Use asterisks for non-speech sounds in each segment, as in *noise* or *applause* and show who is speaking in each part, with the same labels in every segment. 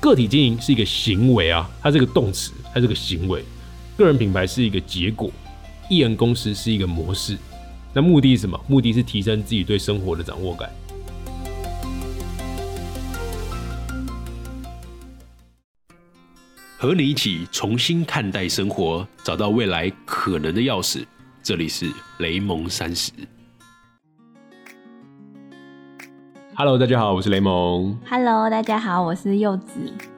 Speaker 1: 个体经营是一个行为啊，它是个动词，它是个行为；个人品牌是一个结果，艺人公司是一个模式。那目的是什么？目的是提升自己对生活的掌握感。和你一起重新看待生活，找到未来可能的钥匙。这里是雷蒙三十。Hello，大家好，我是雷蒙。
Speaker 2: Hello，大家好，我是柚子。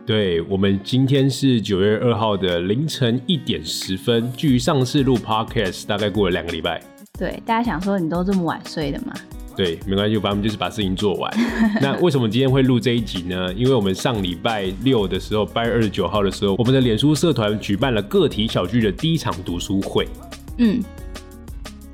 Speaker 1: 对我们今天是九月二号的凌晨一点十分，距上次录 Podcast 大概过了两个礼拜。
Speaker 2: 对，大家想说你都这么晚睡的吗？
Speaker 1: 对，没关系，反正我们就是把事情做完。那为什么今天会录这一集呢？因为我们上礼拜六的时候，八月二十九号的时候，我们的脸书社团举办了个体小聚的第一场读书会。
Speaker 2: 嗯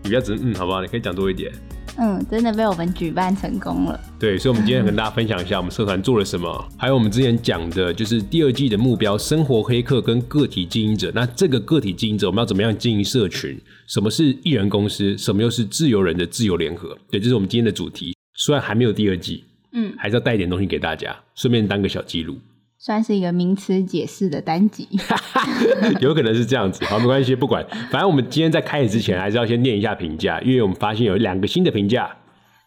Speaker 1: 你不要只是嗯，好不好？你可以讲多一点。
Speaker 2: 嗯，真的被我们举办成功了。
Speaker 1: 对，所以，我们今天跟大家分享一下我们社团做了什么，还有我们之前讲的，就是第二季的目标——生活黑客跟个体经营者。那这个个体经营者，我们要怎么样经营社群？什么是艺人公司？什么又是自由人的自由联合？对，这是我们今天的主题。虽然还没有第二季，
Speaker 2: 嗯，
Speaker 1: 还是要带一点东西给大家，顺便当个小记录，
Speaker 2: 算是一个名词解释的单集。 *laughs*
Speaker 1: 有可能是这样子。好，没关系，不管，反正我们今天在开始之前，还是要先念一下评价，因为我们发现有两个新的评价。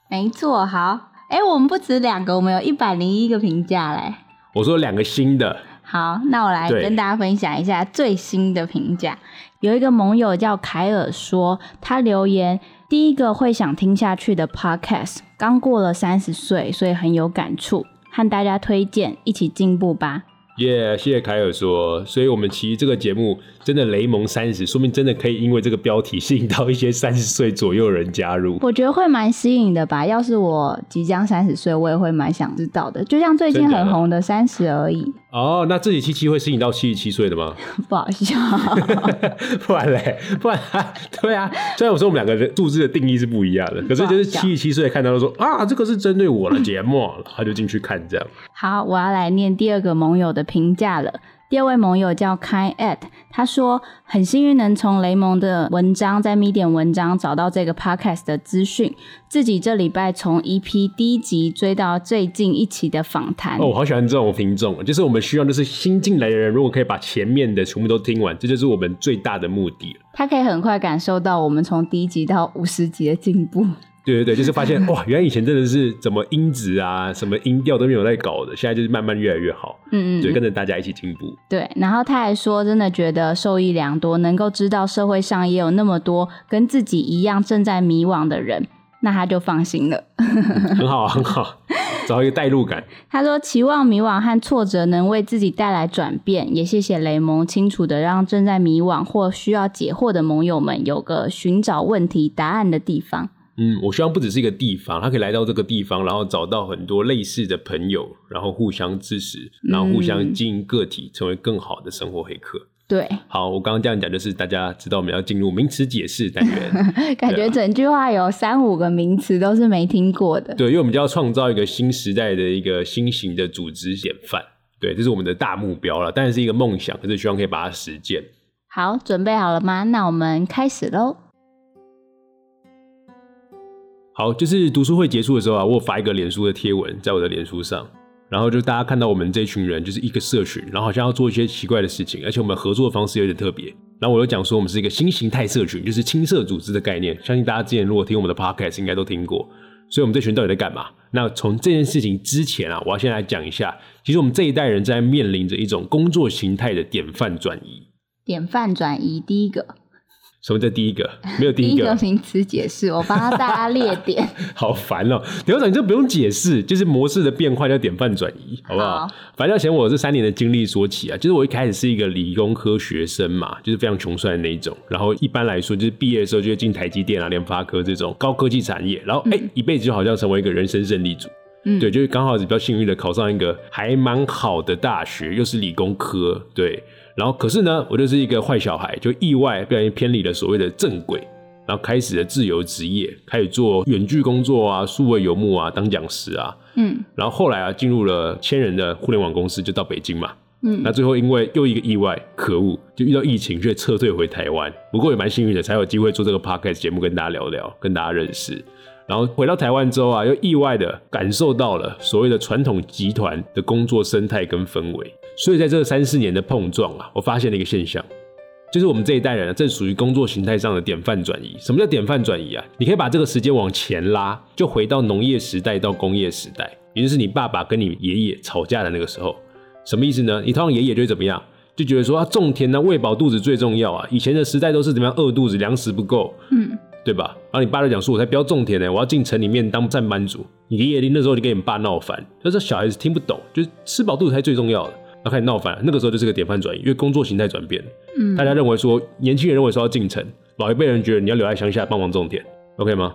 Speaker 2: 没错，好，哎、我们不止两个，我们有一百零一个评价嘞。
Speaker 1: 我说两个新的，
Speaker 2: 好，那我来
Speaker 1: 对
Speaker 2: 跟大家分享一下最新的评价。有一个盟友叫凯尔说，他留言第一个会想听下去的 podcast，刚过了三十岁，所以很有感触，和大家推荐一起进步吧。
Speaker 1: 耶谢谢凯尔说，所以我们其实这个节目真的雷蒙三十，说明真的可以因为这个标题吸引到一些三十岁左右的人加入。
Speaker 2: 我觉得会蛮吸引的吧。要是我即将三十岁，我也会蛮想知道的。就像最近
Speaker 1: 真的
Speaker 2: 很红的《三十而已 *laughs*
Speaker 1: 哦，那这里七七会吸引到七十七岁的吗？》，
Speaker 2: 不好笑。
Speaker 1: *laughs*
Speaker 2: *laughs*
Speaker 1: 不然嘞，不 *laughs* 然、对啊，虽然我说我们两个人数字的定义是不一样的，可是就是
Speaker 2: 不好笑
Speaker 1: 七十七岁看到就说啊，这个是针对我的节目，他就进去看这样。
Speaker 2: 好，我要来念第二个盟友的评价了。第二位盟友叫 Kind at，他说很幸运能从雷蒙的文章在 Medium 文章找到这个 podcast 的资讯，自己这礼拜从 EP 第一集追到最近一期的访谈。
Speaker 1: 哦，我好喜欢这种听众哦，就是我们需要就是新进来的人，如果可以把前面的全部都听完，这就是我们最大的目的了。
Speaker 2: 他可以很快感受到我们从第一集到五十集的进步。嗯
Speaker 1: 对对对，就是发现哇，原来以前真的是怎么音质啊、什么音调都没有在搞的，现在就是慢慢越来越好。
Speaker 2: 嗯嗯嗯，
Speaker 1: 对，跟着大家一起进步。
Speaker 2: 对，然后他还说，真的觉得受益良多，能够知道社会上也有那么多跟自己一样正在迷惘的人，那他就放心了。
Speaker 1: 很好啊，很好，找到一个代入感。
Speaker 2: 他说，期望迷惘和挫折能为自己带来转变，也谢谢雷蒙清楚的让正在迷惘或需要解惑的盟友们有个寻找问题答案的地方。
Speaker 1: 嗯，我希望不只是一个地方，他可以来到这个地方，然后找到很多类似的朋友，然后互相支持，然后互相经营个体，成为更好的生活黑客。
Speaker 2: 对，
Speaker 1: 好，我刚刚这样讲，就是大家知道我们要进入名词解释单元。
Speaker 2: 感觉整句话有三五个名词都是没听过的。
Speaker 1: 对，因为我们就要创造一个新时代的一个新型的组织典范。对，这是我们的大目标了，当然是一个梦想，可是希望可以把它实践。
Speaker 2: 好，准备好了吗？那我们开始喽。
Speaker 1: 好，就是读书会结束的时候啊，我有发一个脸书的贴文在我的脸书上，然后就大家看到我们这群人就是一个社群，然后好像要做一些奇怪的事情，而且我们合作的方式有点特别。然后我又讲说我们是一个新形态社群，就是青社组织的概念，相信大家之前如果听我们的 podcast 应该都听过。所以我们这群到底在干嘛？那从这件事情之前啊，我要先来讲一下，其实我们这一代人在面临着一种工作形态的典范转移。
Speaker 2: 典范转移，第一个，
Speaker 1: 什么叫第一个？没有第
Speaker 2: 第
Speaker 1: 一
Speaker 2: 一 *laughs*
Speaker 1: 个，
Speaker 2: 个名词解释，我帮大家列
Speaker 1: *laughs*
Speaker 2: 点。
Speaker 1: 好烦哦、刘长，你这不用解释，就是模式的变换叫典范转移，好不好？
Speaker 2: 好
Speaker 1: 反正要从我这三年的经历说起啊，就是我一开始是一个理工科学生嘛，就是非常穷酸的那一种。然后一般来说，就是毕业的时候就会进台积电啊、联发科这种高科技产业，然后哎、一辈子就好像成为一个人生胜利组。
Speaker 2: 嗯
Speaker 1: 对，就是刚好比较幸运的考上一个还蛮好的大学，又是理工科，对。然后可是呢，我就是一个坏小孩，就意外不小心偏离了所谓的正轨，然后开始了自由职业，开始做远距工作啊、数位游牧啊、当讲师啊。
Speaker 2: 嗯
Speaker 1: 然后后来啊，进入了千人的互联网公司，就到北京嘛。
Speaker 2: 嗯
Speaker 1: 那最后因为又一个意外，可恶，就遇到疫情，却撤退回台湾。不过也蛮幸运的，才有机会做这个 podcast 节目，跟大家聊聊，跟大家认识。然后回到台湾之后啊，又意外的感受到了所谓的传统集团的工作生态跟氛围。所以在这三四年的碰撞啊，我发现了一个现象，就是我们这一代人啊，正属于工作形态上的典范转移。什么叫典范转移啊？你可以把这个时间往前拉，就回到农业时代到工业时代，也就是你爸爸跟你爷爷吵架的那个时候。什么意思呢？你通常爷爷就会怎么样？就觉得说啊，种田呢、喂饱肚子最重要啊。以前的时代都是怎么样饿肚子，粮食不够，
Speaker 2: 嗯，
Speaker 1: 对吧？然后你爸就讲说，我才不要种田呢，我要进城里面当上班族。你爷爷那时候就跟你爸闹翻，他说小孩子听不懂，就是吃饱肚子才最重要的。然后开始闹翻，那个时候就是个典范转移，因为工作形态转变，
Speaker 2: 嗯
Speaker 1: 大家认为说年轻人认为说要进城，老一辈人觉得你要留在乡下帮忙种田，OK 吗？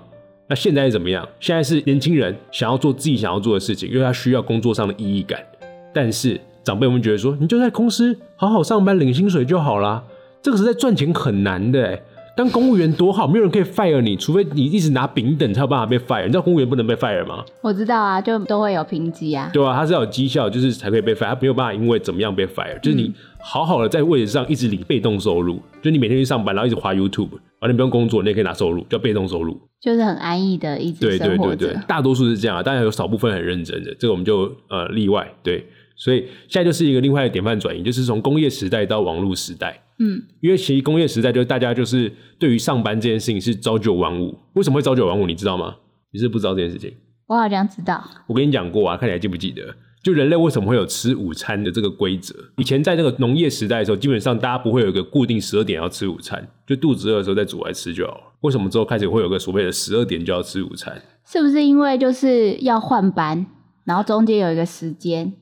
Speaker 1: 那现在是怎么样？现在是年轻人想要做自己想要做的事情，因为他需要工作上的意义感。但是长辈们觉得说，你就在公司好好上班领薪水就好啦，这个时代赚钱很难的、欸。当公务员多好，没有人可以 fire 你，除非你一直拿丙等才有办法被 fire。你知道公务员不能被 fire 吗？
Speaker 2: 我知道啊，就都会有评级啊。
Speaker 1: 对啊，他是要有绩效，就是才可以被 fire，他没有办法因为怎么样被
Speaker 2: 嗯
Speaker 1: fire。就是你好好的在位置上一直领被动收入，就你每天去上班，然后一直滑 YouTube，而你不用工作，你也可以拿收入，叫被动收入。
Speaker 2: 就是很安逸的一直
Speaker 1: 对
Speaker 2: 生
Speaker 1: 对
Speaker 2: 活
Speaker 1: 对
Speaker 2: 着。
Speaker 1: 对，大多数是这样啊，当然有少部分很认真的，这个我们就呃例外。对，所以现在就是一个另外的典范转移，就是从工业时代到网络时代。
Speaker 2: 嗯，
Speaker 1: 因为其实工业时代就是大家就是对于上班这件事情是朝九晚五，为什么会朝九晚五？你知道吗？你是不知道这件事情。
Speaker 2: 我好像知道，
Speaker 1: 我跟你讲过啊，看你还记不记得？就人类为什么会有吃午餐的这个规则？以前在那个农业时代的时候，基本上大家不会有一个固定十二点要吃午餐，就肚子饿的时候再煮来吃就好了。为什么之后开始会有个所谓的十二点就要吃午餐？
Speaker 2: 是不是因为就是要换班，然后中间有一个时间？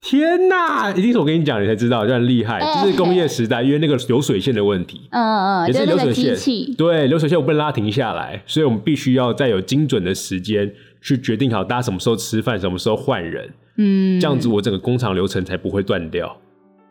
Speaker 1: 天呐！一定是我跟你讲，你才知道，就很厉害。
Speaker 2: 哎
Speaker 1: 这是工业时代，因为那个流水线的问题，
Speaker 2: 嗯嗯，嗯，
Speaker 1: 也
Speaker 2: 就是是
Speaker 1: 流
Speaker 2: 那个
Speaker 1: 水
Speaker 2: 机
Speaker 1: 线，
Speaker 2: 器。
Speaker 1: 对，流水线我不能拉停下来，所以我们必须要在有精准的时间去决定好大家什么时候吃饭，什么时候换人，
Speaker 2: 嗯，
Speaker 1: 这样子我整个工厂流程才不会断掉。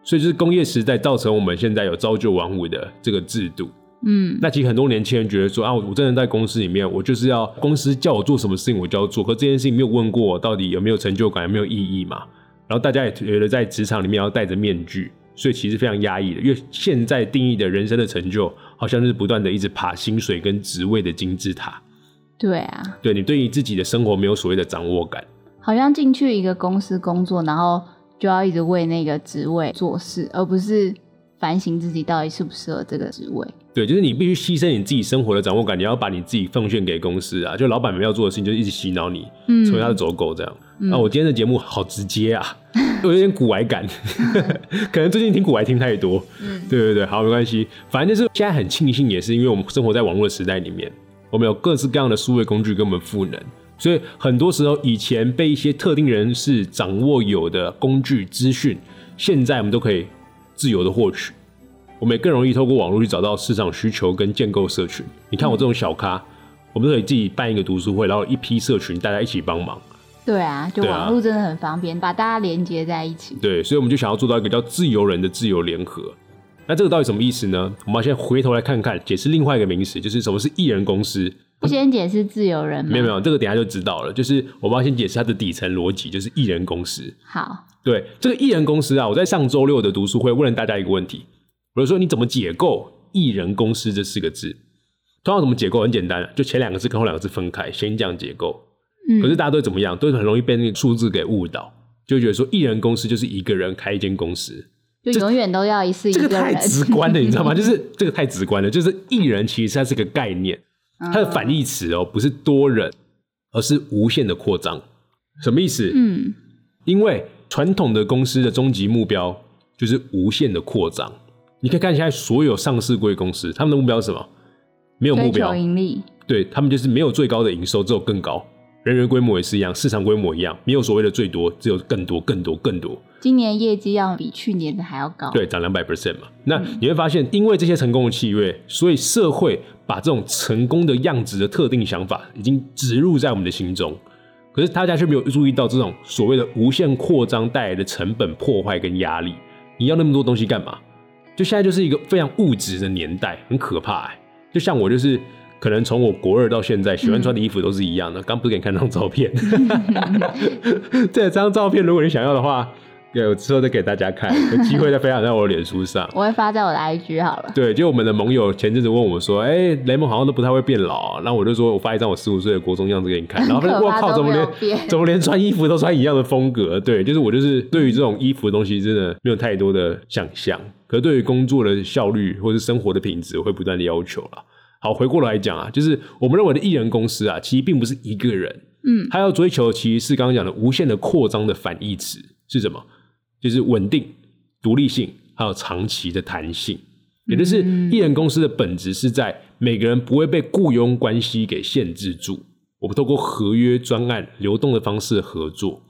Speaker 1: 所以就是工业时代造成我们现在有朝九晚五的这个制度。
Speaker 2: 嗯，
Speaker 1: 那其实很多年轻人觉得说啊，我真的在公司里面，我就是要公司叫我做什么事情我就要做，可这件事情没有问过我到底有没有成就感，有没有意义嘛。然后大家也觉得在职场里面要戴着面具，所以其实非常压抑的，因为现在定义的人生的成就，好像就是不断的一直爬薪水跟职位的金字塔。
Speaker 2: 对啊，
Speaker 1: 对你对于自己的生活没有所谓的掌握感，
Speaker 2: 好像进去一个公司工作，然后就要一直为那个职位做事，而不是反省自己到底适不适合这个职位。
Speaker 1: 对，就是你必须牺牲你自己生活的掌握感，你要把你自己奉献给公司啊。就老板们要做的事情，就是一直洗脑你，
Speaker 2: 嗯
Speaker 1: 成为他的走狗这样。
Speaker 2: 嗯
Speaker 1: 啊，我今天的节目好直接啊，我有点古癌感， *laughs* 可能最近听古癌听太多。
Speaker 2: 嗯
Speaker 1: 对对对，好，没关系，反正就是现在很庆幸，也是因为我们生活在网络的时代里面，我们有各式各样的数位工具跟我们赋能，所以很多时候以前被一些特定人士掌握有的工具资讯，现在我们都可以自由的获取。我们也更容易透过网络去找到市场需求跟建构社群。你看我这种小咖，我们都可以自己办一个读书会，然后有一批社群大家一起帮忙。
Speaker 2: 对啊，就
Speaker 1: 对啊
Speaker 2: 网络真的很方便，把大家连接在一起。
Speaker 1: 对，所以我们就想要做到一个叫自由人的自由联合。那这个到底什么意思呢？我们现在回头来看看，解释另外一个名词，就是什么是艺人公司。
Speaker 2: 不先解释自由人吗？
Speaker 1: 没有没有，这个等一下就知道了。就是我们要先解释它的底层逻辑，就是艺人公司。
Speaker 2: 好，
Speaker 1: 对这个艺人公司啊，我在上周六的读书会问了大家一个问题，我就说你怎么解构“艺人公司”这四个字？通常怎么解构很简单，啊就前两个字跟后两个字分开，先这样解构。
Speaker 2: 嗯
Speaker 1: 可是大家都怎么样，都很容易被那个数字给误导，就觉得说艺人公司就是一个人开一间公司，
Speaker 2: 就永远都要一次一
Speaker 1: 这个
Speaker 2: 人
Speaker 1: 太。直
Speaker 2: *laughs*
Speaker 1: 观了，你知道吗？就是这个太直观了，就是艺人其实它是个概念，
Speaker 2: 嗯
Speaker 1: 它的反义词哦不是多人，而是无限的扩张。什么意思？
Speaker 2: 嗯
Speaker 1: 因为传统的公司的终极目标就是无限的扩张。你可以看现在所有上市贵公司，他们的目标是什么？没有目
Speaker 2: 追
Speaker 1: 标
Speaker 2: 求，盈利，
Speaker 1: 对他们就是没有最高的营收，只有更高。人员规模也是一样，市场规模一样，没有所谓的最多，只有更多、更多、更多。
Speaker 2: 今年业绩要比去年的还要高。
Speaker 1: 对，涨两百 percent 嘛。那你会发现，因为这些成功的契约，所以社会把这种成功的样子的特定想法已经植入在我们的心中。可是大家却没有注意到这种所谓的无限扩张带来的成本破坏跟压力。你要那么多东西干嘛？就现在就是一个非常物质的年代，很可怕、欸。就像我就是。可能从我国二到现在，喜欢穿的衣服都是一样的。刚不是给你看那张照片？这张照片，如果你想要的话，对，我之后再给大家看，有机会再分享在我的脸书上。
Speaker 2: 我会发在我的 IG 好了。
Speaker 1: 对，就我们的盟友前阵子问我说：“哎、雷蒙好像都不太会变老、啊。”然后我就说：“我发一张我十五岁的国中样子给你看。”然后他
Speaker 2: *laughs* 很
Speaker 1: 就
Speaker 2: 可
Speaker 1: 我
Speaker 2: 怕
Speaker 1: 靠，
Speaker 2: 都
Speaker 1: 怎么
Speaker 2: 没有
Speaker 1: 连
Speaker 2: 变
Speaker 1: 怎么连穿衣服都穿一样的风格？”对，就是我就是对于这种衣服的东西真的没有太多的想象，可是对于工作的效率或是生活的品质，我会不断的要求了。好，回过来讲啊，就是我们认为的艺人公司啊，其实并不是一个人，
Speaker 2: 嗯，
Speaker 1: 他要追求其实是刚刚讲的无限的扩张的反义词是什么？就是稳定、独立性，还有长期的弹性。也就是艺人公司的本质是在每个人不会被雇佣关系给限制住，我们透过合约、专案、流动的方式合作，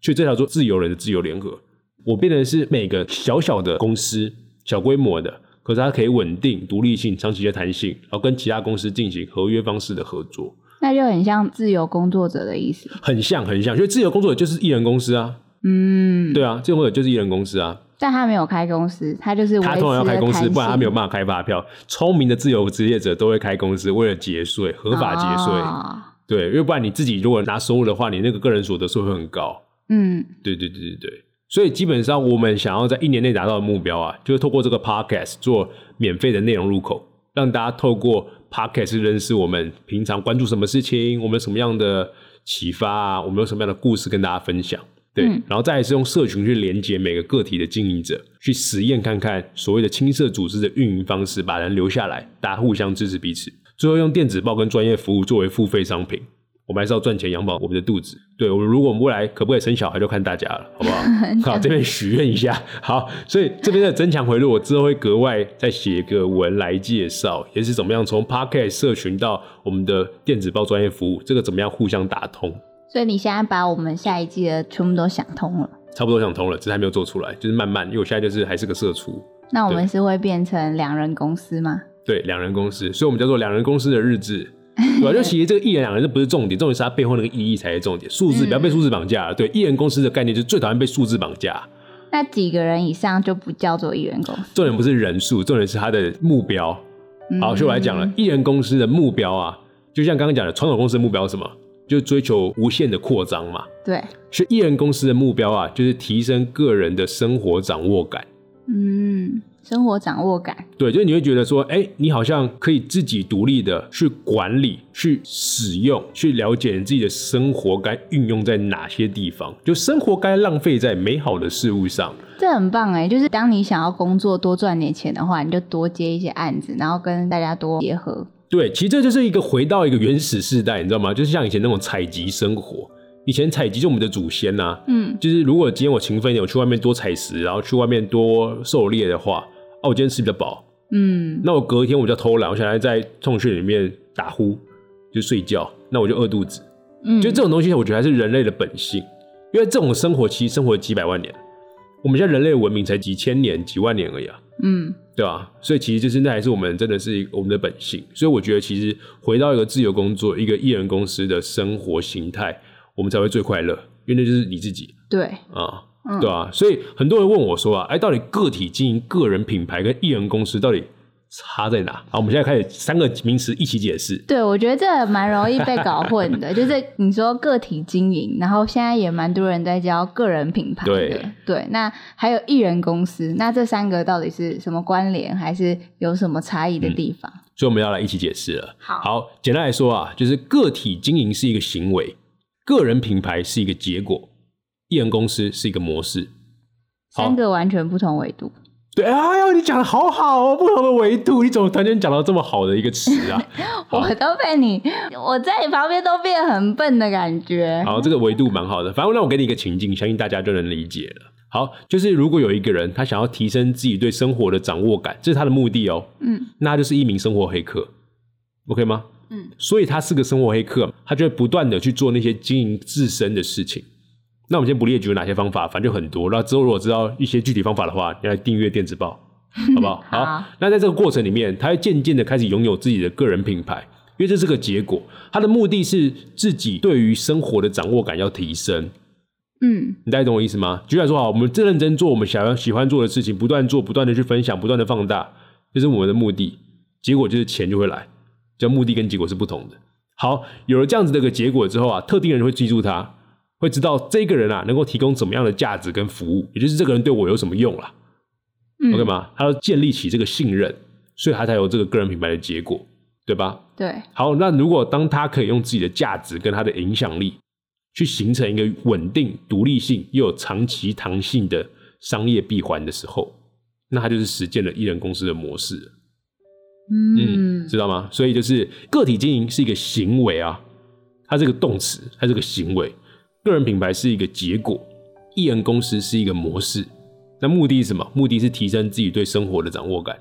Speaker 1: 去这条做自由人的自由联合。我变成是每个小小的公司、小规模的，可是它可以稳定、独立性、长期的弹性，然后跟其他公司进行合约方式的合作。
Speaker 2: 那就很像自由工作者的意思。
Speaker 1: 很像很像，因为自由工作者就是艺人公司啊，
Speaker 2: 嗯，
Speaker 1: 对啊，自由工作者就是艺人公司啊，
Speaker 2: 但他没有开公司，他就是维
Speaker 1: 他
Speaker 2: 持
Speaker 1: 通常要开
Speaker 2: 了
Speaker 1: 公司，
Speaker 2: 弹
Speaker 1: 不然他没有
Speaker 2: 性
Speaker 1: 办法开发票。聪明的自由职业者都会开公司，为了节税，合法节税，
Speaker 2: 哦
Speaker 1: 对，因为不然你自己如果拿收入的话，你那个个人所得税会很高，
Speaker 2: 嗯，
Speaker 1: 对对对对对。所以基本上，我们想要在一年内达到的目标啊，就是透过这个 podcast 做免费的内容入口，让大家透过 podcast 认识我们平常关注什么事情，我们有什么样的启发啊，我们有什么样的故事跟大家分享。对，
Speaker 2: 嗯
Speaker 1: 然后再来是用社群去连接每个个体的经营者，去实验看看所谓的青社组织的运营方式，把人留下来，大家互相支持彼此。最后用电子报跟专业服务作为付费商品，我们还是要赚钱养饱我们的肚子。对我们，如果我们未来可不可以生小孩，就看大家了，好不好？好，这边许愿一下。好，所以这边的增强回路，我之后会格外再写一个文来介绍，也是怎么样从 Pocket 社群到我们的电子报专业服务，这个怎么样互相打通。
Speaker 2: 所以你现在把我们下一季的全部都想通了。
Speaker 1: 差不多想通了，只是还没有做出来，就是慢慢，因为我现在就是还是个社畜，
Speaker 2: 那我们
Speaker 1: 对
Speaker 2: 是会变成两人公司吗？
Speaker 1: 对，两人公司，所以我们叫做两人公司的日志。对、啊吧？就其实这个一人两人这不是重点，重点是它背后那个意义才是重点。数字不要被数字绑架了。啊对，一人公司的概念就是最讨厌被数字绑架。
Speaker 2: 那几个人以上就不叫做一人公司。
Speaker 1: 重点不是人数，重点是它的目标。
Speaker 2: 嗯
Speaker 1: 好，所以我来讲了，艺人公司的目标啊，就像刚刚讲的，传统公司的目标是什么？就追求无限的扩张嘛。
Speaker 2: 对，
Speaker 1: 所以艺人公司的目标啊，就是提升个人的生活掌握感。
Speaker 2: 嗯，生活掌握感，
Speaker 1: 对，就是你会觉得说，哎、你好像可以自己独立的去管理、去使用、去了解你自己的生活该运用在哪些地方，就生活该浪费在美好的事物上。
Speaker 2: 这很棒哎！就是当你想要工作多赚点钱的话，你就多接一些案子，然后跟大家多结合。
Speaker 1: 对，其实这就是一个回到一个原始世代，你知道吗？就是像以前那种采集生活，以前采集就我们的祖先呐、
Speaker 2: 嗯，
Speaker 1: 就是如果今天我勤奋一点，我去外面多采食，然后去外面多狩猎的话，哦、我今天吃比较饱，
Speaker 2: 嗯，
Speaker 1: 那我隔一天我就偷懒，我想要在洞穴里面打呼，就睡觉，那我就饿肚子。
Speaker 2: 嗯
Speaker 1: 就这种东西，我觉得还是人类的本性，因为这种生活其实生活几百万年，我们现在人类的文明才几千年、几万年而已啊，
Speaker 2: 嗯，
Speaker 1: 对吧、所以其实就是那还是我们真的是一我们的本性，所以我觉得其实回到一个自由工作、一个艺人公司的生活形态，我们才会最快乐，因为那就是你自己
Speaker 2: 对，
Speaker 1: 啊。
Speaker 2: 嗯
Speaker 1: 对啊，所以很多人问我说啊，哎，到底个体经营、个人品牌跟艺人公司到底差在哪？好，我们现在开始三个名词一起解释。
Speaker 2: 对，我觉得这蛮容易被搞混
Speaker 1: *laughs*
Speaker 2: 的。就是你说个体经营，然后现在也蛮多人在教个人品牌的，
Speaker 1: 对
Speaker 2: 对那还有艺人公司，那这三个到底是什么关联，还是有什么差异的
Speaker 1: 嗯
Speaker 2: 地方？
Speaker 1: 所以我们要来一起解释了。
Speaker 2: 好
Speaker 1: 简单来说啊，就是个体经营是一个行为，个人品牌是一个结果，艺人公司是一个模式。好
Speaker 2: 三个完全不同维度。
Speaker 1: 对，哎呦，你讲的好好哦，不同的维度，你怎么突然间讲到这么好的一个词啊？好
Speaker 2: 我都被你，我在你旁边都变很笨的感觉。
Speaker 1: 好，这个维度蛮好的。反正那我给你一个情境，相信大家就能理解了。好，就是如果有一个人他想要提升自己对生活的掌握感，这是他的目的哦，
Speaker 2: 嗯
Speaker 1: 那他就是一名生活黑客，OK 吗？
Speaker 2: 嗯，
Speaker 1: 所以他是个生活黑客，他就会不断的去做那些经营自身的事情。那我们先不列举有哪些方法，反正就很多。那之后如果知道一些具体方法的话，你来订阅电子报，好不好？
Speaker 2: 好
Speaker 1: 那在这个过程里面，他会渐渐的开始拥有自己的个人品牌，因为这是个结果。他的目的是自己对于生活的掌握感要提升。
Speaker 2: 嗯，
Speaker 1: 你大概懂我意思吗？举例来说，好，我们认真做我们想要喜欢做的事情，不断做，不断的去分享，不断的放大，这是我们的目的。结果就是钱就会来，叫目的跟结果是不同的。好，有了这样子的一个结果之后啊，特定人会记住它，会知道这个人啊能够提供怎么样的价值跟服务，也就是这个人对我有什么用啦、
Speaker 2: 嗯
Speaker 1: OK 吗？他要建立起这个信任，所以他才有这个个人品牌的结果，对吧？
Speaker 2: 对，
Speaker 1: 好，那如果当他可以用自己的价值跟他的影响力，去形成一个稳定、独立性又有长期弹性的商业闭环的时候，那他就是实践了艺人公司的模式了。
Speaker 2: 嗯，
Speaker 1: 知道吗？所以就是个体经营是一个行为啊，它是个动词，它是个行为；个人品牌是一个结果，艺人公司是一个模式。那目的是什么？目的是提升自己对生活的掌握感。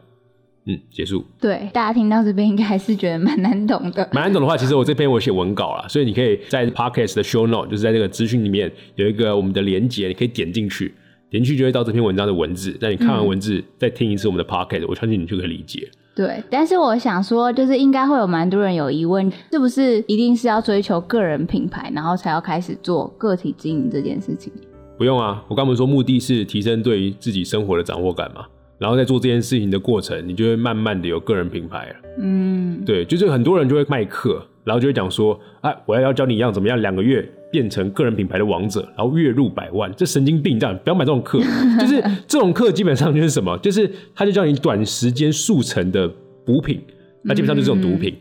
Speaker 1: 嗯，结束。
Speaker 2: 对，大家听到这边应该还是觉得蛮难懂的。
Speaker 1: 蛮难懂的话，其实我这篇我有写文稿啦，所以你可以在 podcast 的 show note，就是在这个资讯里面有一个我们的连接，你可以点进去，点进去就会到这篇文章的文字。那你看完文字、再听一次我们的 podcast，我相信你就可以理解。
Speaker 2: 对，但是我想说，就是应该会有蛮多人有疑问，是不是一定是要追求个人品牌，然后才要开始做个体经营这件事情？
Speaker 1: 不用啊，我刚不是说目的是提升对于自己生活的掌握感嘛？然后在做这件事情的过程，你就会慢慢的有个人品牌了。
Speaker 2: 嗯，
Speaker 1: 对，就是很多人就会卖课，然后就会讲说，哎，我要要教你一样怎么样，两个月变成个人品牌的王者，然后月入百万，这神经病，这样不要买这种课。就是这种课基本上就是什么，就是他就叫你短时间速成的补品，那基本上就是这种毒品。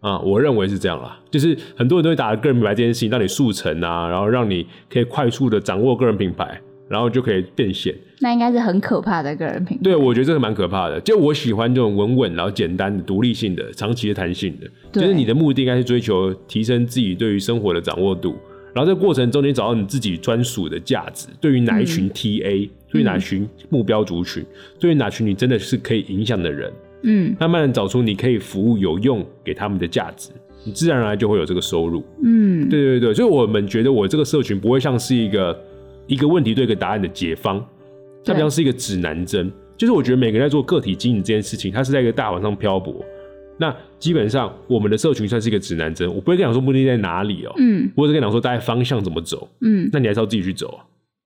Speaker 1: 啊、我认为是这样啦，就是很多人都会打个人品牌这件事情，让你速成啊，然后让你可以快速的掌握个人品牌，然后就可以变现。
Speaker 2: 那应该是很可怕的个人品牌。
Speaker 1: 对，我觉得这个蛮可怕的。就我喜欢这种稳稳，然后简单的、独立性的、长期的弹性的。
Speaker 2: 对
Speaker 1: 就是你的目的应该是追求提升自己对于生活的掌握度，然后在过程中你找到你自己专属的价值，对于哪一群 TA，、对于哪群目标族群，对于哪群你真的是可以影响的人，
Speaker 2: 嗯
Speaker 1: 慢慢的找出你可以服务有用给他们的价值，你自然而然就会有这个收入。
Speaker 2: 嗯，
Speaker 1: 对对对，所以我们觉得我这个社群不会像是一个一个问题对一个答案的解方，它
Speaker 2: 对
Speaker 1: 比较是一个指南针。就是我觉得每个人在做个体经营这件事情，它是在一个大网上漂泊。那基本上我们的社群算是一个指南针，我不会跟你讲说目的在哪里哦、
Speaker 2: 嗯
Speaker 1: 我只跟你讲说大概方向怎么走，
Speaker 2: 嗯，
Speaker 1: 那你还是要自己去走啊。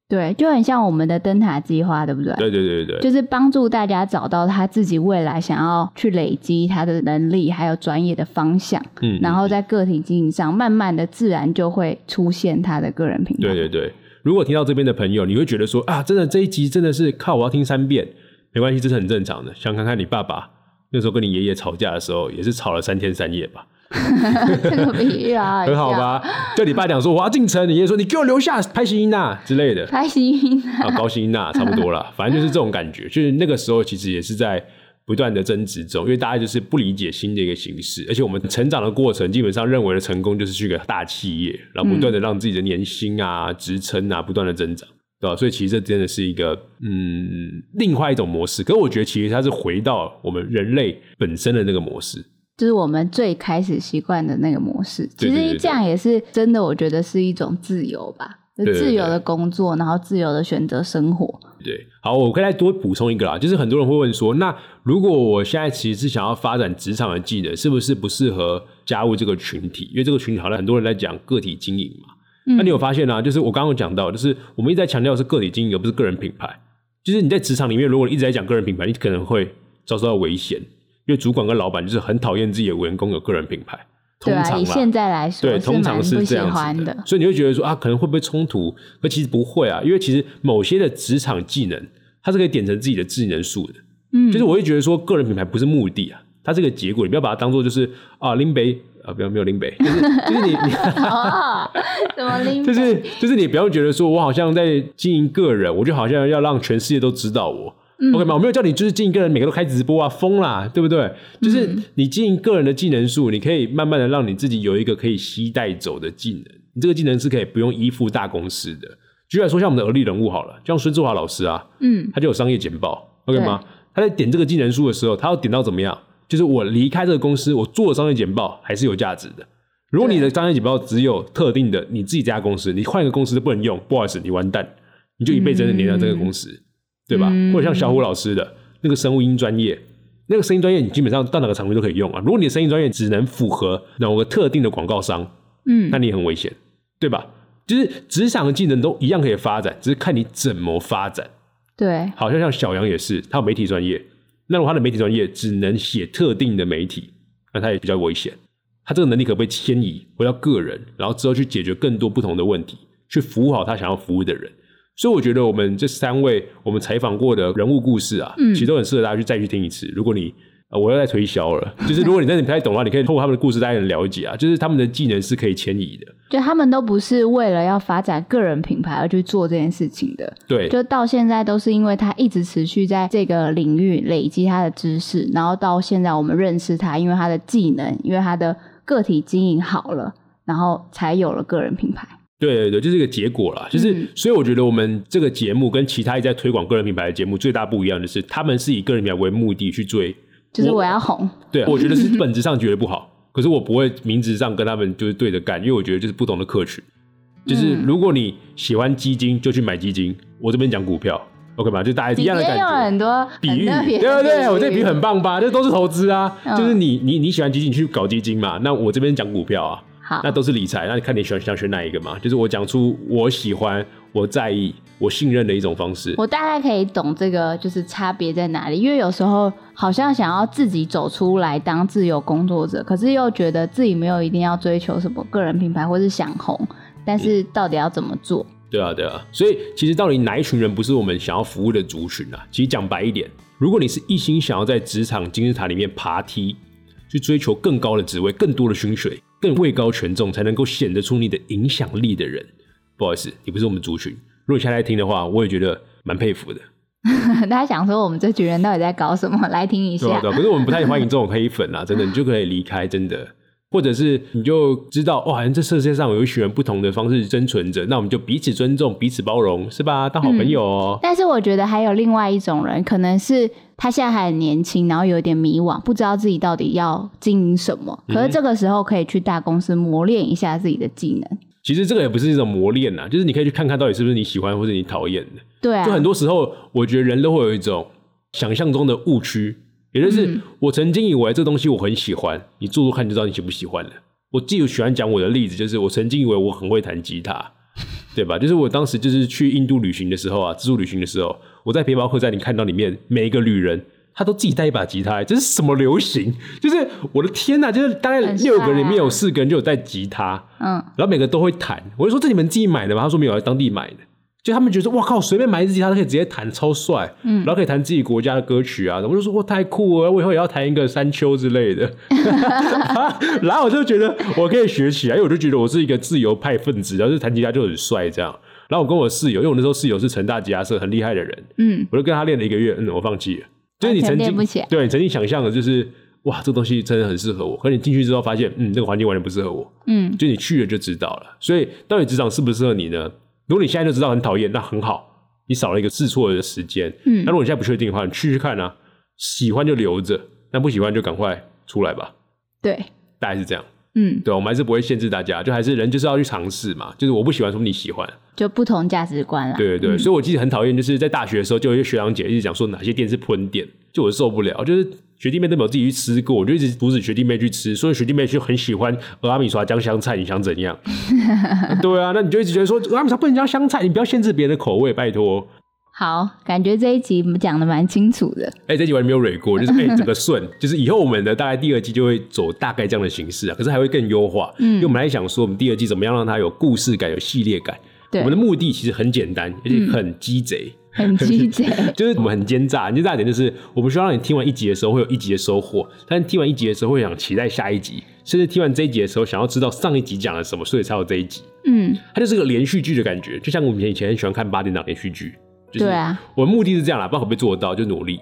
Speaker 2: 对，就很像我们的灯塔计划，对不对？
Speaker 1: 对对对对对，
Speaker 2: 就是帮助大家找到他自己未来想要去累积他的能力，还有专业的方向，
Speaker 1: 嗯，
Speaker 2: 然后在个体经营上，慢慢的自然就会出现他的个人品牌。
Speaker 1: 对对对，如果听到这边的朋友，你会觉得说啊，真的这一集真的是靠我要听三遍，没关系，这是很正常的。想看看你爸爸那时候跟你爷爷吵架的时候，也是吵了三天三夜吧，
Speaker 2: *laughs* 这个比喻啊，
Speaker 1: *laughs* 很好？吧？就你爸讲说我要进城，你爷爷说你给我留下拍谐音呐之类的，
Speaker 2: 开心
Speaker 1: 啊，高音呐，差不多啦，反正就是这种感觉。就是那个时候其实也是在不断的争执中，因为大家就是不理解新的一个形式，而且我们成长的过程基本上认为的成功就是去个大企业，然后不断的让自己的年薪啊、职称啊不断的增长。对吧？所以其实这真的是一个嗯，另外一种模式。可是我觉得其实它是回到我们人类本身的那个模式。
Speaker 2: 就是我们最开始习惯的那个模式。
Speaker 1: 对
Speaker 2: 其
Speaker 1: 对对
Speaker 2: 实
Speaker 1: 对
Speaker 2: 这样也是真的，我觉得是一种自由吧，就
Speaker 1: 对对对
Speaker 2: 自由的工作，然后自由的选择生活。
Speaker 1: 对，好，我可以再多补充一个啦，就是很多人会问说，那如果我现在其实是想要发展职场的技能，是不是不适合加入这个群体？因为这个群体好像很多人在讲个体经营嘛。
Speaker 2: 嗯
Speaker 1: 那你有发现啊？就是我刚刚有讲到，就是我们一直在强调是个体经营，而不是个人品牌。就是你在职场里面，如果你一直在讲个人品牌，你可能会遭受到危险，因为主管跟老板就是很讨厌自己的员工有个人品牌。通
Speaker 2: 对
Speaker 1: 常
Speaker 2: 啊，
Speaker 1: 啦
Speaker 2: 以现在来说，
Speaker 1: 对，
Speaker 2: 是
Speaker 1: 通常
Speaker 2: 蛮
Speaker 1: 是
Speaker 2: 不
Speaker 1: 这
Speaker 2: 喜
Speaker 1: 样
Speaker 2: 欢
Speaker 1: 子
Speaker 2: 的。
Speaker 1: 所以你会觉得说啊，可能会不会冲突？可其实不会啊，因为其实某些的职场技能，它是可以点成自己的智能数的。
Speaker 2: 嗯
Speaker 1: 就是我会觉得说，个人品牌不是目的啊，它是个结果，你不要把它当做就是啊，林北啊，不要没有林北，就是就是你你。
Speaker 2: 哦， *laughs* 怎么拎？
Speaker 1: 就是就是你不要觉得说我好像在经营个人，我就好像要让全世界都知道我。OK 吗？我没有叫你就是经营个人，每个都开直播啊，疯啦，对不对？就是你经营个人的技能数，你可以慢慢的让你自己有一个可以吸带走的技能。你这个技能是可以不用依附大公司的。举例来说，像我们的而立人物好了，就像孙志华老师啊，
Speaker 2: 嗯，
Speaker 1: 他就有商业简报，OK 吗？他在点这个技能数的时候，他要点到怎么样？就是我离开这个公司，我做的商业简报还是有价值的。如果你的商业简报只有特定的你自己这家公司，你换一个公司都不能用，不好意思，你完蛋，你就一辈子黏在这个公司，对吧？
Speaker 2: 嗯
Speaker 1: 或者像小虎老师的那个生物音专业，那个声音专业你基本上到哪个场域都可以用啊。如果你的声音专业只能符合某个特定的广告商，
Speaker 2: 嗯
Speaker 1: 那你也很危险，对吧？就是职场的技能都一样可以发展，只是看你怎么发展。
Speaker 2: 对，
Speaker 1: 好像像小杨也是，他有媒体专业，那如果他的媒体专业只能写特定的媒体，那他也比较危险。他这个能力可不可以迁移回到个人，然后之后去解决更多不同的问题，去服务好他想要服务的人。所以我觉得我们这三位我们采访过的人物故事啊，
Speaker 2: 嗯
Speaker 1: 其实都很适合大家去再去听一次。如果你呃，我又在推销了，就是如果你真的不太懂的话，你可以透过他们的故事大家很了解啊，就是他们的技能是可以迁移的。
Speaker 2: 就他们都不是为了要发展个人品牌而去做这件事情的，
Speaker 1: 对，
Speaker 2: 就到现在都是因为他一直持续在这个领域累积他的知识，然后到现在我们认识他，因为他的技能，因为他的个体经营好了，然后才有了个人品牌。
Speaker 1: 对对对，就是一个结果啦。就是、
Speaker 2: 嗯
Speaker 1: 所以我觉得我们这个节目跟其他一直在推广个人品牌的节目最大不一样的是，他们是以个人品牌为目的去追。
Speaker 2: 就是
Speaker 1: 我
Speaker 2: 我要红，
Speaker 1: 对，啊我觉得
Speaker 2: *laughs*
Speaker 1: 是本质上觉得不好，可是我不会名字上跟他们就是对着干，因为我觉得就是不同的客群。就是
Speaker 2: 嗯
Speaker 1: 如果你喜欢基金，就去买基金。我这边讲股票，OK 吗？就大家一样的
Speaker 2: 你今
Speaker 1: 感
Speaker 2: 天用了
Speaker 1: 觉。
Speaker 2: 很多
Speaker 1: 比喻，
Speaker 2: 很特
Speaker 1: 对
Speaker 2: 别
Speaker 1: 对啊
Speaker 2: 的
Speaker 1: 对，我这比喻很棒吧？这都是投资啊，
Speaker 2: 嗯
Speaker 1: 就是你你你喜欢基金，你去搞基金嘛。那我这边讲股票啊，
Speaker 2: 好
Speaker 1: 那，都是理财，那你看你喜欢想选哪一个嘛？就是我讲出我喜欢、我在意、我信任的一种方式。
Speaker 2: 我大概可以懂这个就是差别在哪里，因为有时候好像想要自己走出来当自由工作者，可是又觉得自己没有一定要追求什么个人品牌或是想红，但是
Speaker 1: 嗯
Speaker 2: 到底要怎么做？ *laughs*
Speaker 1: 对啊，对啊。所以其实到底哪一群人不是我们想要服务的族群啊？其实讲白一点，如果你是一心想要在职场金字塔里面爬梯，去追求更高的职位、更多的薪水、更位高权重，才能够显得出你的影响力的人，不好意思，你不是我们族群。如果你现在在听的话，我也觉得蛮佩服的。
Speaker 2: 大家想说我们这群人到底在搞什么？来 *laughs* 听一
Speaker 1: 对啊，
Speaker 2: 下
Speaker 1: 对。啊，可是我们不太欢迎这种黑粉啊，真的，你就可以离开，真的，或者是你就知道，哇，好像这世界上有一群人不同的方式生存着，那我们就彼此尊重，彼此包容，是吧？当好朋友哦。
Speaker 2: 但是我觉得还有另外一种人，可能是他现在还很年轻，然后有点迷惘，不知道自己到底要经营什么。
Speaker 1: 嗯
Speaker 2: 可是这个时候可以去大公司磨练一下自己的技能。
Speaker 1: 其实这个也不是一种磨练呐、就是你可以去看看到底是不是你喜欢或者你讨厌的。
Speaker 2: 对啊
Speaker 1: 就，很多时候，我觉得人都会有一种想象中的误区，也
Speaker 2: 嗯
Speaker 1: 就是我曾经以为这东西我很喜欢，你做做看就知道你喜不喜欢了。我记得喜欢讲我的例子，就是我曾经以为我很会弹吉
Speaker 2: *laughs*
Speaker 1: 他，对吧？就是我当时就是去印度旅行的时候啊，自助旅行的时候，我在背包客栈里看到里面每一个旅人。他都自己带一把吉他，这是什么流行？就是我的天呐、就是大概
Speaker 2: 很帅啊
Speaker 1: 六个里面有四个人就有带吉他，
Speaker 2: 嗯，
Speaker 1: 然后每个都会弹。我就说这你们自己买的吗？他说没有，当地买的。就他们觉得哇靠，随便买一支吉他都可以直接弹，超帅，嗯，然后可以弹自己国家的歌曲啊，然后我就说哇太酷了，我以后也要弹一个山丘之类
Speaker 2: *laughs*
Speaker 1: 的，然后我就觉得我可以学起来，因为我就觉得我是一个自由派分子，然后就弹吉他就很帅这样。然后我跟我室友，因为我那时候室友是成大吉他社很厉害的人，
Speaker 2: 嗯，
Speaker 1: 我就跟他练了一个月，嗯，我放弃了。就是你
Speaker 2: 完全
Speaker 1: 曾
Speaker 2: 练
Speaker 1: 经
Speaker 2: 不起来
Speaker 1: 对你曾经想象的，就是哇，这东西真的很适合我，可你进去之后发现，嗯，这个环境完全不适合我，
Speaker 2: 嗯，
Speaker 1: 就你去了就知道了。所以到底职场适不适合你呢？如果你现在就知道很讨厌，那很好，你少了一个试错的时间。
Speaker 2: 嗯
Speaker 1: 那如果你现在不确定的话，你去去看啊，喜欢就留着，那不喜欢就赶快出来吧，
Speaker 2: 对，
Speaker 1: 大概是这样。
Speaker 2: 嗯，
Speaker 1: 对，我们还是不会限制大家，就还是人就是要去尝试嘛。就是我不喜欢，说不定你喜欢。
Speaker 2: 就不同价值观啦。
Speaker 1: 对对对，所以我记得很讨厌，就是在大学的时候，就有一些学长姐一直讲说哪些店是喷店，就我受不了，就是学弟妹都没有自己去吃过，我就一直阻止学弟妹去吃，所以学弟妹就很喜欢俄阿米刷姜香菜，你想怎样？对啊，那你就一直觉得说俄阿米刷不能加香菜，你不要限制别人的口味，拜托。
Speaker 2: 好，感觉这一集讲的蛮清楚的。
Speaker 1: 哎、这集完全没有蕊过，就是哎、整个顺，就是以后我们的大概第二季就会走大概这样的形式啊，可是还会更优化，嗯，因为我们还想说我们第二季怎么样让它有故事感、有系列感。
Speaker 2: 对
Speaker 1: 我们的目的其实很简单，而且很鸡贼。 *laughs*
Speaker 2: 很鸡贼，
Speaker 1: 就是我们很奸诈，很奸诈的点就是我们希望让你听完一集的时候会有一集的收获，但是听完一集的时候会想期待下一集，甚至听完这一集的时候想要知道上一集讲了什么，所以才有这一集。
Speaker 2: 嗯，
Speaker 1: 它就是个连续剧的感觉，就像我们以前很喜欢看八点档连续剧。就是、
Speaker 2: 对啊，
Speaker 1: 我的目的是这样啦，不知道可不可以做得到，就努力。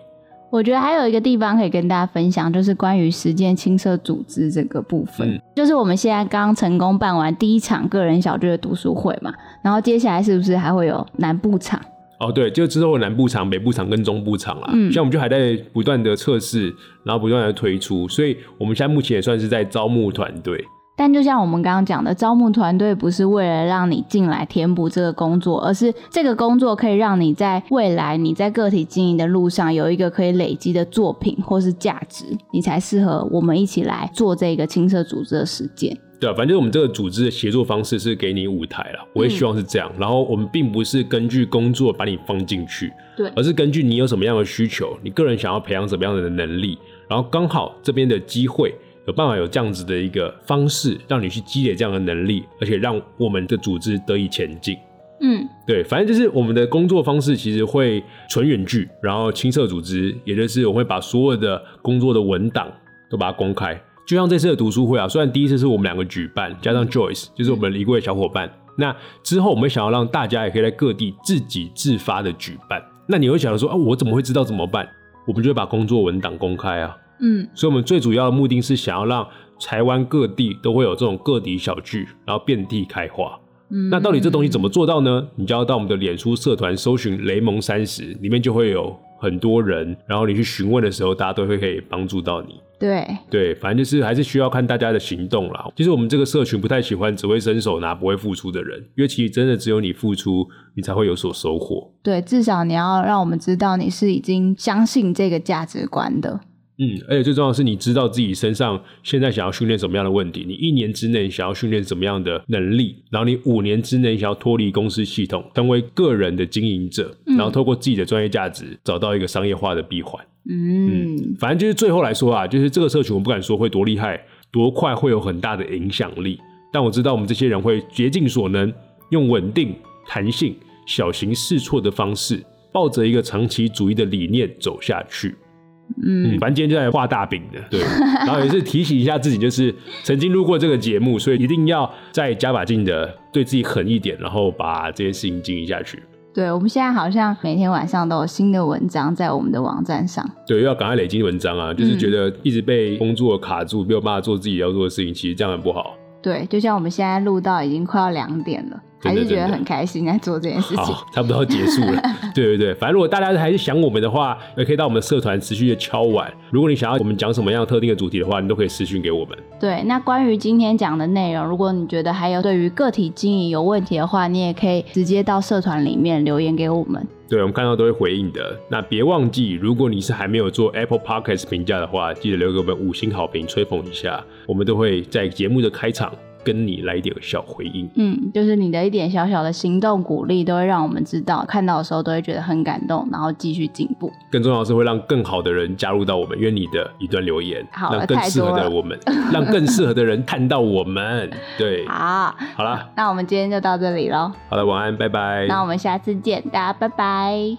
Speaker 2: 我觉得还有一个地方可以跟大家分享，就是关于实践青社组织这个部分。
Speaker 1: 嗯
Speaker 2: 就是我们现在刚成功办完第一场个人小聚的读书会嘛，然后接下来是不是还会有南部场？
Speaker 1: 哦，对，就之后有南部场、北部场跟中部场啦，
Speaker 2: 嗯
Speaker 1: 像我们就还在不断的测试，然后不断的推出，所以我们现在目前也算是在招募团队。
Speaker 2: 但就像我们刚刚讲的，招募团队不是为了让你进来填补这个工作，而是这个工作可以让你在未来你在个体经营的路上有一个可以累积的作品或是价值，你才适合我们一起来做这个青社组织的实践。
Speaker 1: 对啊，反正就是我们这个组织的协作方式是给你舞台了，我也希望是这样。然后我们并不是根据工作把你放进去，
Speaker 2: 对
Speaker 1: 而是根据你有什么样的需求，你个人想要培养什么样的能力，然后刚好这边的机会有办法有这样子的一个方式，让你去积累这样的能力，而且让我们的组织得以前进。
Speaker 2: 嗯，
Speaker 1: 对，反正就是我们的工作方式其实会纯远距，然后青社组织，也就是我会把所有的工作的文档都把它公开。就像这次的读书会啊，虽然第一次是我们两个举办，加上 Joyce 就是我们一位小伙伴，那之后我们想要让大家也可以在各地自己自发的举办。那你会想说啊，我怎么会知道怎么办？我们就会把工作文档公开啊。
Speaker 2: 嗯，
Speaker 1: 所以我们最主要的目的是想要让台湾各地都会有这种个体小聚，然后遍地开花。
Speaker 2: 嗯
Speaker 1: 那到底这东西怎么做到呢？你就要到我们的脸书社团搜寻“雷蒙三十”，里面就会有很多人，然后你去询问的时候，大家都会可以帮助到你。
Speaker 2: 对，
Speaker 1: 对，反正就是还是需要看大家的行动啦。其实我们这个社群不太喜欢只会伸手拿不会付出的人，因为其实真的只有你付出，你才会有所收获。
Speaker 2: 对，至少你要让我们知道你是已经相信这个价值观的。
Speaker 1: 嗯，而且最重要的是，你知道自己身上现在想要训练什么样的问题，你一年之内想要训练什么样的能力，然后你五年之内想要脱离公司系统，成为个人的经营者，
Speaker 2: 嗯
Speaker 1: 然后透过自己的专业价值找到一个商业化的闭环。
Speaker 2: 嗯，
Speaker 1: 反正就是最后来说啊，就是这个社群，我不敢说会多厉害、多快，会有很大的影响力。但我知道我们这些人会竭尽所能，用稳定、弹性、小型试错的方式，抱着一个长期主义的理念走下去。嗯，
Speaker 2: 嗯，
Speaker 1: 反正今天就来画大饼的，对。然后也是提醒一下自己，就是曾经录过这个节目，所以一定要再加把劲的，对自己狠一点，然后把这件事情经营下去。
Speaker 2: 对，我们现在好像每天晚上都有新的文章在我们的网站上。
Speaker 1: 对，又要赶快累积文章啊！就是觉得一直被工作卡住，没有办法做自己要做的事情，其实这样很不好。
Speaker 2: 对，就像我们现在录到已经快要两点了，
Speaker 1: 真
Speaker 2: 还
Speaker 1: 的
Speaker 2: 是觉得
Speaker 1: 真的
Speaker 2: 很开心在做这件事情。
Speaker 1: 好，差不多要结束了。对对对，反正如果大家还是想我们的话，也可以到我们的社团持续的敲碗。如果你想要我们讲什么样特定的主题的话，你都可以私讯给我们。
Speaker 2: 对，那关于今天讲的内容，如果你觉得还有对于个体经营有问题的话，你也可以直接到社团里面留言给我们。
Speaker 1: 对我们看到都会回应的。那别忘记，如果你是还没有做 Apple Podcast 评价的话，记得留给我们五星好评，吹捧一下，我们都会在节目的开场跟你来一点小回应。
Speaker 2: 嗯，就是你的一点小小的行动鼓励，都会让我们知道，看到的时候都会觉得很感动，然后继续进步。
Speaker 1: 更重要的是，会让更好的人加入到我们，因为你的一段留言，
Speaker 2: 好
Speaker 1: 让更适合
Speaker 2: 太多
Speaker 1: 的
Speaker 2: 了
Speaker 1: 我们，让更适合的人看到我们。对，
Speaker 2: *laughs* 好，
Speaker 1: 好啦，
Speaker 2: 那我们今天就到这里喽，
Speaker 1: 好了，晚安，拜拜。
Speaker 2: 那我们下次见，大家拜拜。